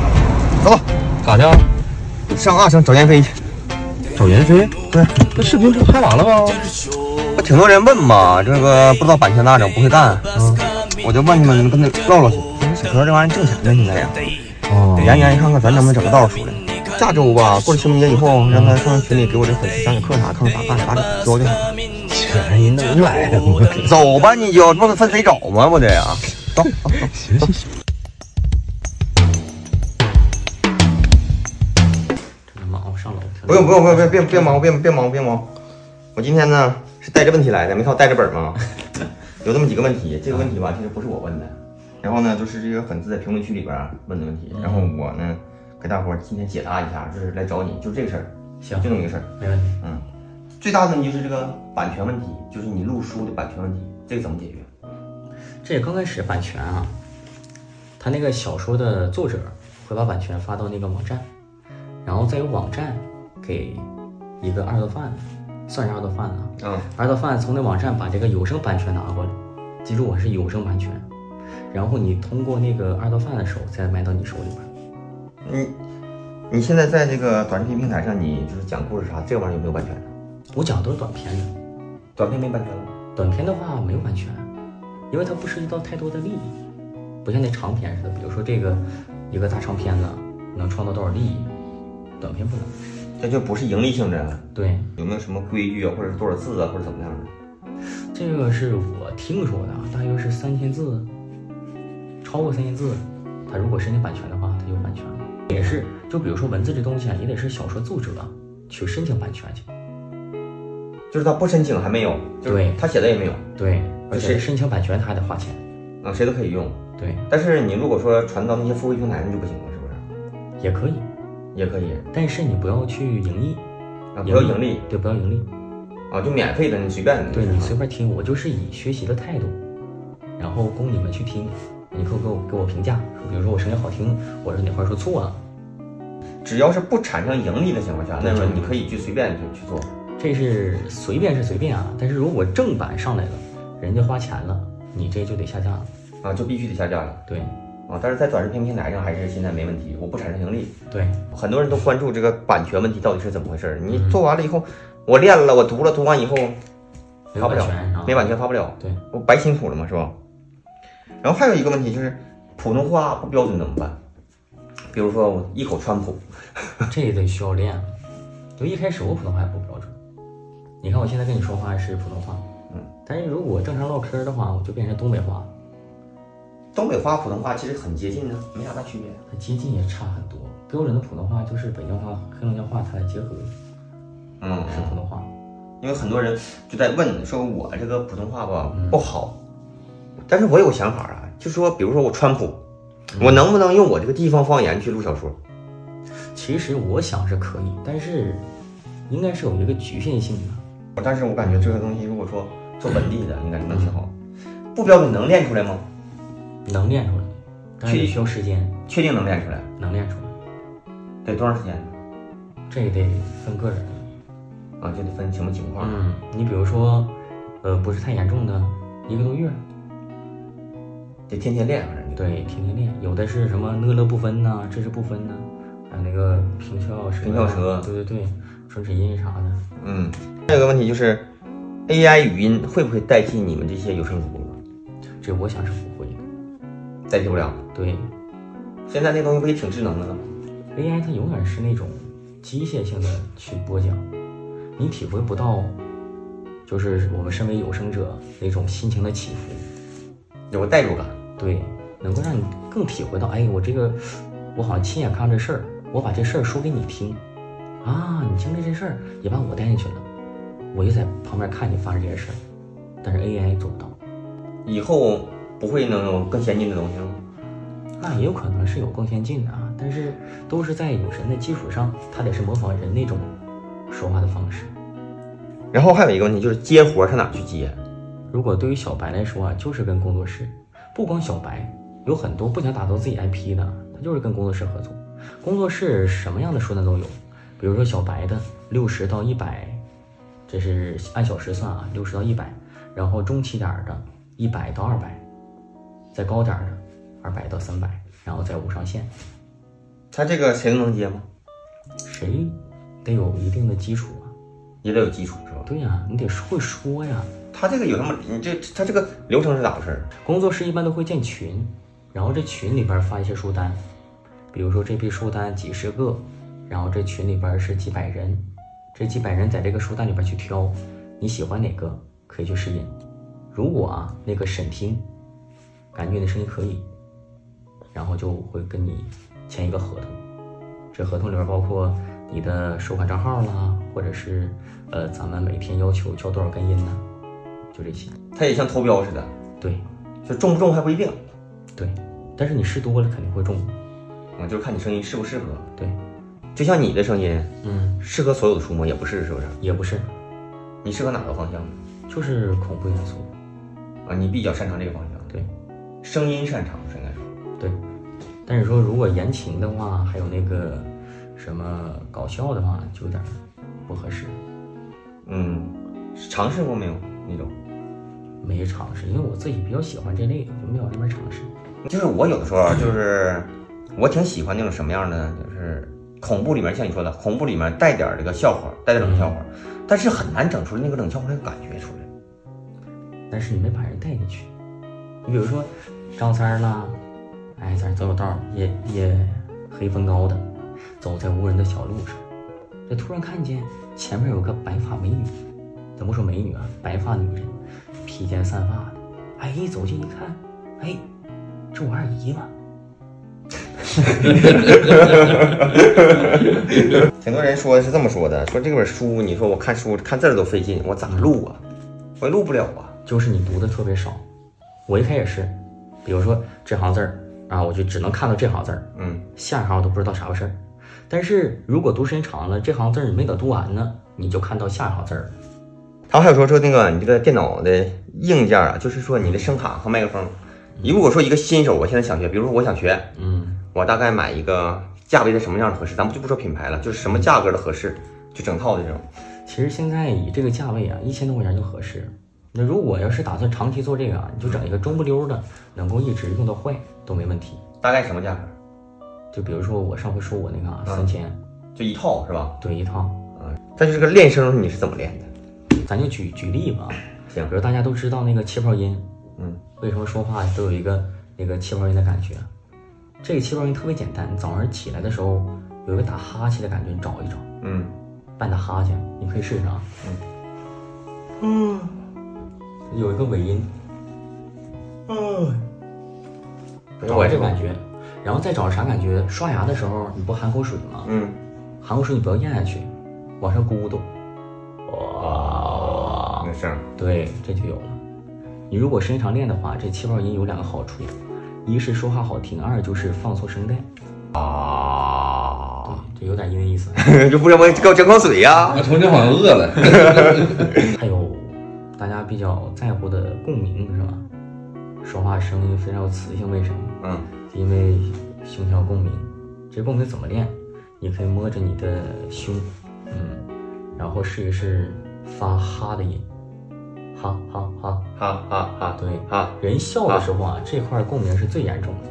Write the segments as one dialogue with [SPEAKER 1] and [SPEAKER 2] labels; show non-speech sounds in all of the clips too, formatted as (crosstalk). [SPEAKER 1] 走吧，
[SPEAKER 2] 干啥去？
[SPEAKER 1] 上啊上找闫飞去。
[SPEAKER 2] 找闫飞？
[SPEAKER 1] 对，
[SPEAKER 2] 那视频不拍完了吗？
[SPEAKER 1] 不挺多人问嘛，这个不知道版权咋整，不会干。
[SPEAKER 2] 嗯，
[SPEAKER 1] 我就问他们，跟他唠唠去。小说这玩意儿挣钱呢，现在呀，
[SPEAKER 2] 哦，
[SPEAKER 1] 研究研究看看咱能不能整个道儿出来。嗯嗯下周吧，过了清明节以后，让他上群里给我这粉丝讲讲课啥，看看咋干啥给教教他。
[SPEAKER 2] 这玩意能来的吗？
[SPEAKER 1] 走吧，你就这不分谁找吗？不得啊，走。
[SPEAKER 2] 行行行。真忙，我上楼去。
[SPEAKER 1] 不用不用不用，别别别忙，别别忙别忙。我今天呢是带着问题来的，没看我带着本儿 (laughs) 吗？有这么几个问题，这个问题吧，其实不是我问的，然后呢，就是这个粉丝在评论区里边儿问的问题，然后我呢给大伙儿今天解答一下，就是来找你，就这个事儿，
[SPEAKER 2] 行
[SPEAKER 1] 就这么一个事儿。
[SPEAKER 2] 没问题。
[SPEAKER 1] 嗯，最大的问题就是这个版权问题，就是你录书的版权问题，这个怎么解决？
[SPEAKER 2] 这刚开始版权啊，他那个小说的作者会把版权发到那个网站，然后再由网站给一个二道贩子，算是二道贩子啊，
[SPEAKER 1] 嗯
[SPEAKER 2] 二道贩子从那网站把这个有声版权拿过来，记住我是有声版权，然后你通过那个二道贩子手再卖到你手里边。
[SPEAKER 1] 你你现在在这个短视频平台上，你就是讲故事啥，这玩意儿有没有版权？
[SPEAKER 2] 我讲的都是短片的，
[SPEAKER 1] 短片没版权了。
[SPEAKER 2] 短片的话没有版权，因为它不涉及到太多的利益，不像那长片似的，比如说这个一个大长片子能创造多少利益，短片不能。
[SPEAKER 1] 这就不是盈利性质啊，
[SPEAKER 2] 对，
[SPEAKER 1] 有没有什么规矩啊，或者是多少字啊，或者怎么样的？
[SPEAKER 2] 这个是我听说的，啊，大约是三千字，超过三千字，它如果申请版权的话，它有版权了。也是，就比如说文字这东西啊，也得是小说作者去申请版权去。
[SPEAKER 1] 就是他不申请还没有，就是
[SPEAKER 2] 对
[SPEAKER 1] 他写的也没有，
[SPEAKER 2] 对，
[SPEAKER 1] 而
[SPEAKER 2] 而
[SPEAKER 1] 且
[SPEAKER 2] 且申请版权他还得花钱。
[SPEAKER 1] 啊，谁都可以用。
[SPEAKER 2] 对，
[SPEAKER 1] 但是你如果说传到那些付费平台那就不行了，是不是？
[SPEAKER 2] 也可以，
[SPEAKER 1] 也可以
[SPEAKER 2] 但是你不要去盈利，
[SPEAKER 1] 啊，不要盈利
[SPEAKER 2] 对，不要盈利。
[SPEAKER 1] 啊，就免费的，你随便的。
[SPEAKER 2] 对你随
[SPEAKER 1] 啊
[SPEAKER 2] 便听，我就是以学习的态度，然后供你们去听，你可以给我给我评价，比如说我声音好听，我说哪块儿说错了，
[SPEAKER 1] 只要是不产生盈利的情况下，那
[SPEAKER 2] 对就
[SPEAKER 1] 么你可以去随便去去做。
[SPEAKER 2] 这是随便是随便啊，但是如果正版上来了，人家花钱了，你这就得下架了。
[SPEAKER 1] 啊，就必须得下架了
[SPEAKER 2] 对
[SPEAKER 1] 啊！但是在短视频平台上还是现在没问题，我不产生盈利。
[SPEAKER 2] 对，
[SPEAKER 1] 很多人都关注这个版权问题到底是怎么回事儿。你
[SPEAKER 2] 嗯
[SPEAKER 1] 做完了以后，我练了，我读了，读完以后
[SPEAKER 2] 没
[SPEAKER 1] 发
[SPEAKER 2] 有
[SPEAKER 1] 不
[SPEAKER 2] 版
[SPEAKER 1] 了
[SPEAKER 2] 权啊，
[SPEAKER 1] 没版权发不了，
[SPEAKER 2] 对，
[SPEAKER 1] 我白辛苦了嘛，是吧？然后还有一个问题就是普通话不标准怎么办？比如说我一口川普，
[SPEAKER 2] 这也得需要练。就一开始我普通话也不标准，你看我现在跟你说话是普通话，
[SPEAKER 1] 嗯，
[SPEAKER 2] 但是如果正常唠嗑的话，我就变成东北话，
[SPEAKER 1] 东北话、普通话其实很接近呢，没啥大区别。
[SPEAKER 2] 它接近也差很多。标准的普通话就是北京话、黑龙江话，它俩结合
[SPEAKER 1] 嗯，
[SPEAKER 2] 是普通话。
[SPEAKER 1] 因为很多人就在问说，我这个普通话吧
[SPEAKER 2] 嗯
[SPEAKER 1] 不好，但是我有个想法啊，就说比如说我川普，
[SPEAKER 2] 嗯
[SPEAKER 1] 我能不能用我这个地方方言去录小说？
[SPEAKER 2] 其实我想是可以，但是应该是有一个局限性的。
[SPEAKER 1] 但是我感觉这个东西，如果说做本地的，应该能挺好。不标准能练出来吗？
[SPEAKER 2] 能练出来，但是得需要时间，
[SPEAKER 1] 确定能练出来，
[SPEAKER 2] 能练出来，
[SPEAKER 1] 得多长时间
[SPEAKER 2] 这得分个人。
[SPEAKER 1] 啊？就得分什么情况。
[SPEAKER 2] 嗯，你比如说，呃，不是太严重的，一个多月，
[SPEAKER 1] 得天天练，反正就
[SPEAKER 2] 对，天天练。有的是什么呢了不分呐、这是不分呐、还有那个平翘舌，啊
[SPEAKER 1] 平翘舌
[SPEAKER 2] 对对对，唇齿音啥的，
[SPEAKER 1] 嗯。还有个问题就是，AI 语音会不会代替你们这些有声主播？
[SPEAKER 2] 这我想是不会的。
[SPEAKER 1] 代替不了。
[SPEAKER 2] 对
[SPEAKER 1] 现在那东西不也挺智能的了吗？
[SPEAKER 2] ，AI 它永远是那种机械性的去播讲，你体会不到，就是我们身为有声者那种心情的起伏。
[SPEAKER 1] 有个代入感。
[SPEAKER 2] 对，能够让你更体会到，哎，我这个，我好像亲眼看到这事儿，我把这事儿说给你听，啊，你经历这事儿也把我带进去了，我就在旁边看你发生这些事儿，但是 AI 做不到，
[SPEAKER 1] 以后不会能有更先进的东西了吗？
[SPEAKER 2] 那也有可能是有更先进的啊，但是都是在有神的基础上，它得是模仿人那种说话的方式。
[SPEAKER 1] 然后还有一个问题就是接活儿上哪去接？
[SPEAKER 2] 如果对于小白来说啊，就是跟工作室，不光小白，有很多不想打造自己 IP 的，他就是跟工作室合作。工作室什么样的书单都有，比如说小白的六十到一百，这是按小时算啊，六十到一百，然后中期点儿的，一百到二百，再高点儿的，二百到三百，然后再无上限。
[SPEAKER 1] 他这个谁能接吗？
[SPEAKER 2] 谁得有一定的基础啊。
[SPEAKER 1] 也得有基础是吧？
[SPEAKER 2] 对呀、你得会说呀。
[SPEAKER 1] 他这个有什么？你这他这个流程是咋回事儿？
[SPEAKER 2] 工作室一般都会建群，然后这群里边发一些书单，比如说这批书单几十个，然后这群里边是几百人，这几百人在这个书单里边去挑，你喜欢哪个可以去试印。如果啊那个审听感觉你的声音可以，然后就会跟你签一个合同，这合同里边包括你的收款账号啦，或者是呃咱们每天要求交多少根音呢，就这些。
[SPEAKER 1] 他也像投标似的，
[SPEAKER 2] 对，
[SPEAKER 1] 就中不中还不一定，
[SPEAKER 2] 对，但是你试多了肯定会中。
[SPEAKER 1] 啊，就是看你声音适不适合。
[SPEAKER 2] 对，
[SPEAKER 1] 就像你的声音
[SPEAKER 2] 嗯，
[SPEAKER 1] 适合所有的书吗？也不是，是不是？
[SPEAKER 2] 也不是，
[SPEAKER 1] 你适合哪个方向呢？
[SPEAKER 2] 就是恐怖元素。
[SPEAKER 1] 啊，你比较擅长这个方向，
[SPEAKER 2] 对，
[SPEAKER 1] 声音擅长是应该说。
[SPEAKER 2] 对。但是说如果言情的话，还有那个什么搞笑的话，就有点不合适。
[SPEAKER 1] 嗯，尝试过没有那种？
[SPEAKER 2] 没尝试，因为我自己比较喜欢这类的，就没往这边尝试。
[SPEAKER 1] 就是我有的时候啊就是我挺喜欢那种什么样的呢？就是恐怖里面像你说的，恐怖里面带点儿这个笑话，带点儿冷笑话，但是很难整出那个冷笑话那个感觉出来。
[SPEAKER 2] 但是你没把人带进去。你比如说张三儿啦，哎，咱走走道儿，夜夜黑风高的，走在无人的小路上，这突然看见前面有个白发美女，咱不说美女啊，白发女人，披肩散发的，哎，一走近一看，哎，这我二姨嘛，
[SPEAKER 1] 挺多人说的是这么说的，说这本书，你说我看书看字儿都费劲，我咋录啊？我也录不了啊。
[SPEAKER 2] 就是你读的特别少。我一开始是，比如说这行字儿啊，我就只能看到这行字儿，
[SPEAKER 1] 嗯，
[SPEAKER 2] 下一行我都不知道啥回事儿。但是如果读时间长了，这行字儿你没等读完呢，你就看到下一行字儿了。
[SPEAKER 1] 他们还有说说那个你这个电脑的硬件啊，就是说你的声卡和麦克风。你如果说一个新手，我现在想学，比如说我想学，
[SPEAKER 2] 嗯，
[SPEAKER 1] 我大概买一个价位在什么样的合适，咱们就不说品牌了，就是什么价格的合适，就整套的这种。
[SPEAKER 2] 其实现在以这个价位啊，一千多块钱就合适。那如果要是打算长期做这个啊，你就整一个中不溜儿的，能够一直用到坏都没问题。
[SPEAKER 1] 大概什么价格？
[SPEAKER 2] 就比如说我上回说我那个啊，
[SPEAKER 1] 嗯
[SPEAKER 2] 三千
[SPEAKER 1] 就一套是吧？
[SPEAKER 2] 对一套，
[SPEAKER 1] 但是这个练声你是怎么练的？
[SPEAKER 2] 咱就举举例吧啊，
[SPEAKER 1] 行
[SPEAKER 2] 比如大家都知道那个气泡音，
[SPEAKER 1] 嗯，
[SPEAKER 2] 为什么说话都有一个那个气泡音的感觉？啊这个气泡音特别简单，早上起来的时候有一个打哈欠的感觉，你找一找，
[SPEAKER 1] 嗯，
[SPEAKER 2] 半打哈欠，你可以试试啊。嗯，有一个尾音，嗯，找这感觉，然后再找啥感觉？刷牙的时候你不含口水吗？
[SPEAKER 1] 嗯，
[SPEAKER 2] 含口水你不要咽下去，往上咕嘟，哇，
[SPEAKER 1] 那声儿
[SPEAKER 2] 对，这就有了。你如果时间长练的话，这气泡音有两个好处，一是说话好听，二就是放松声带。
[SPEAKER 1] 啊，
[SPEAKER 2] 对，这有点音乐意思。
[SPEAKER 1] (laughs) 就不然我给我整口水呀、
[SPEAKER 3] 我啊从这好像饿了。
[SPEAKER 2] 还有大家比较在乎的共鸣是吧？说话声音非常有磁性，为什么？
[SPEAKER 1] 嗯，
[SPEAKER 2] 因为胸腔有共鸣。这共鸣怎么练？你可以摸着你的胸，嗯，然后试一试发哈的音，哈哈哈。
[SPEAKER 1] 哈哈哈，
[SPEAKER 2] 对，
[SPEAKER 1] 哈，
[SPEAKER 2] 人笑的时候啊，这块共鸣是最严重的，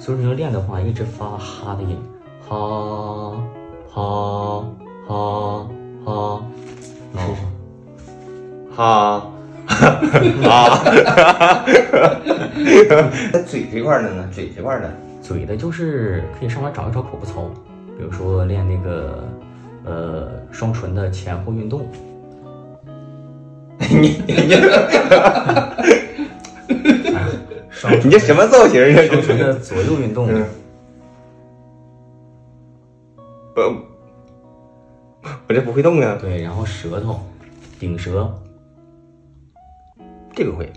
[SPEAKER 2] 所以说你要练的话，一直发哈的音，哈哈哈哈，你试试。
[SPEAKER 1] 哈，哈，那嘴这块儿的呢？嘴这块儿的，
[SPEAKER 2] 嘴的就是可以上网找一找口部操，比如说练那个呃双唇的前后运
[SPEAKER 3] (laughs)
[SPEAKER 2] 动，
[SPEAKER 1] 你这什么造型儿？这
[SPEAKER 2] 双唇
[SPEAKER 1] 是
[SPEAKER 2] 的左右运动，
[SPEAKER 1] 嗯不，我这不会动啊，
[SPEAKER 2] 对，然后舌头顶舌，
[SPEAKER 1] 这个会。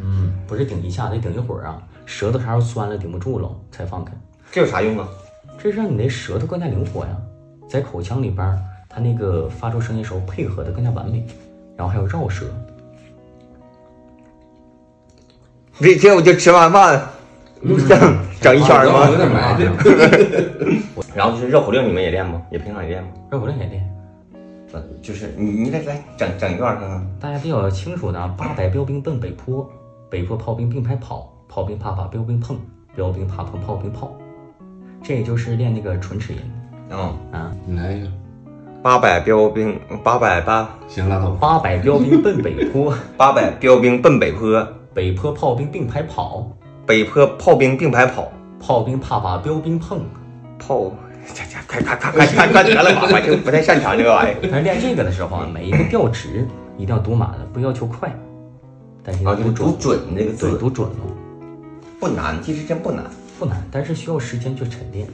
[SPEAKER 2] 嗯，不是顶一下，得顶一会儿啊，舌头啥时候酸了顶不住了才放开。
[SPEAKER 1] 这有啥用啊？
[SPEAKER 2] 这是让你的舌头更加灵活呀，在口腔里边儿，它那个发出声音时候配合的更加完美，然后还有绕舌，
[SPEAKER 1] 这这我就吃完饭，整一圈儿
[SPEAKER 3] 啊有
[SPEAKER 1] 吗？
[SPEAKER 3] 点埋汰。
[SPEAKER 1] 然后就是绕口令，你们也练吗？也平常也练吗？
[SPEAKER 2] 绕口令也练。
[SPEAKER 1] 嗯，就是你你来来整整一段看看。
[SPEAKER 2] 大家比较清楚的啊，八百标兵奔北坡，北坡炮兵并排跑，炮兵怕怕标兵碰，标兵怕碰炮兵炮。这也就是练那个唇齿音
[SPEAKER 1] 嗯，
[SPEAKER 2] 啊。
[SPEAKER 3] 你来一个，
[SPEAKER 1] 八百标兵，八百八，
[SPEAKER 3] 行，拉倒吧。
[SPEAKER 2] 八百标兵奔北坡，
[SPEAKER 1] 八百标兵奔北坡，
[SPEAKER 2] 北坡炮兵并排跑，
[SPEAKER 1] 北坡炮兵并排跑，
[SPEAKER 2] 炮兵怕把标兵碰。
[SPEAKER 1] 炮，这这快快快快快快得了吧，我这不太擅长这个玩意儿。
[SPEAKER 2] 但是练这个的时候啊，每一个调值一定要读满了，不要求快，但是要
[SPEAKER 1] 啊就是
[SPEAKER 2] 准
[SPEAKER 1] 读，准这个
[SPEAKER 2] 对，
[SPEAKER 1] 字
[SPEAKER 2] 读准了
[SPEAKER 1] 不难，其实真不难，
[SPEAKER 2] 不难，但是需要时间去沉淀。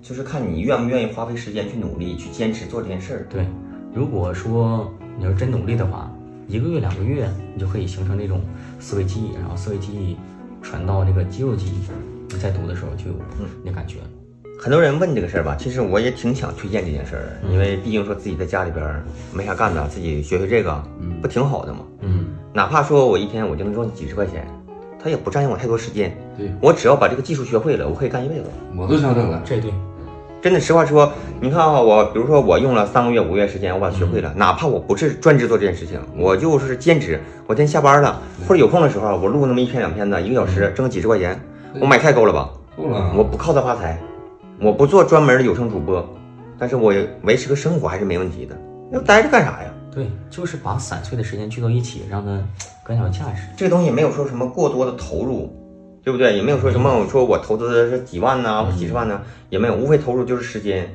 [SPEAKER 1] 就是看你愿不愿意花费时间去努力去坚持做这件事儿。
[SPEAKER 2] 对，如果说你要真努力的话，一个月、两个月，你就可以形成那种思维记忆，然后思维记忆传到这个肌肉记忆，你在读的时候就有
[SPEAKER 1] 嗯
[SPEAKER 2] 那感觉。
[SPEAKER 1] 很多人问这个事儿吧，其实我也挺想推荐这件事儿，因为毕竟说自己在家里边儿没啥干的，自己学学这个，不挺好的吗？
[SPEAKER 2] 嗯，
[SPEAKER 1] 哪怕说我一天我就能赚几十块钱，它也不占用我太多时间。
[SPEAKER 3] 对，
[SPEAKER 1] 我只要把这个技术学会了，我可以干一辈子。
[SPEAKER 3] 我都想整了。
[SPEAKER 2] 这对，
[SPEAKER 1] 真的，实话说，你看啊，我比如说我用了三个月、五个月时间，我把它学会了。哪怕我不是专职做这件事情，我就是兼职。我今天下班了，或者有空的时候，啊我录那么一篇两篇的，一个小时挣几十块钱，我买菜够了吧？
[SPEAKER 3] 够了啊，
[SPEAKER 1] 我不靠它发财，我不做专门的有声主播，但是我维持个生活还是没问题的。要待着干啥呀？
[SPEAKER 2] 对，就是把散碎的时间聚到一起，让它更有价值。
[SPEAKER 1] 这个东西没有说什么过多的投入，对不对？也没有说什么我说我投资的是几万呐、或几十万呐、也没有，无非投入就是时间。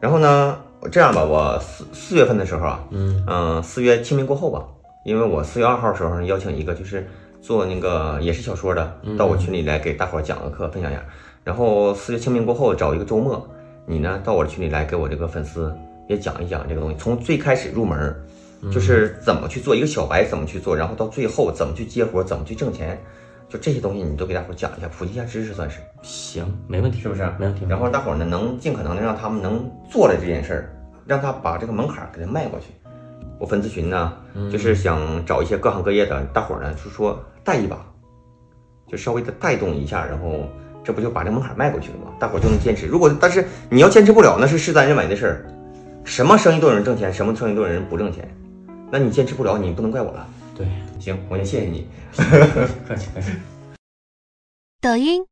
[SPEAKER 1] 然后呢，我这样吧，我四四月份的时候啊，
[SPEAKER 2] 嗯
[SPEAKER 1] 嗯，四月清明过后吧，因为我四月二号的时候呢邀请一个就是做那个也是小说的，到我群里来给大伙儿讲个课，分享一下。然后四月清明过后找一个周末，你呢到我的群里来给我这个粉丝也讲一讲这个东西，从最开始入门儿，就是怎么去做一个小白怎么去做，然后到最后怎么去接活，怎么去挣钱，就这些东西你都给大伙儿讲一下，普及一下知识算是。
[SPEAKER 2] 行，没问题，
[SPEAKER 1] 是不是
[SPEAKER 2] 没问题。
[SPEAKER 1] 然后大伙儿呢，能尽可能的让他们能做了这件事儿，让他把这个门槛儿给他迈过去。我粉丝群呢，就是想找一些各行各业的大伙儿呢，就说带一把，就稍微的带动一下，然后这不就把这门槛儿迈过去了吗？大伙儿就能坚持。如果但是你要坚持不了，那是事在人为的事儿。什么生意都有人挣钱，什么生意都有人不挣钱，那你坚持不了，你不能怪我了。
[SPEAKER 2] 对，
[SPEAKER 1] 行，我先谢谢你。
[SPEAKER 2] 客气客气。
[SPEAKER 4] 抖音、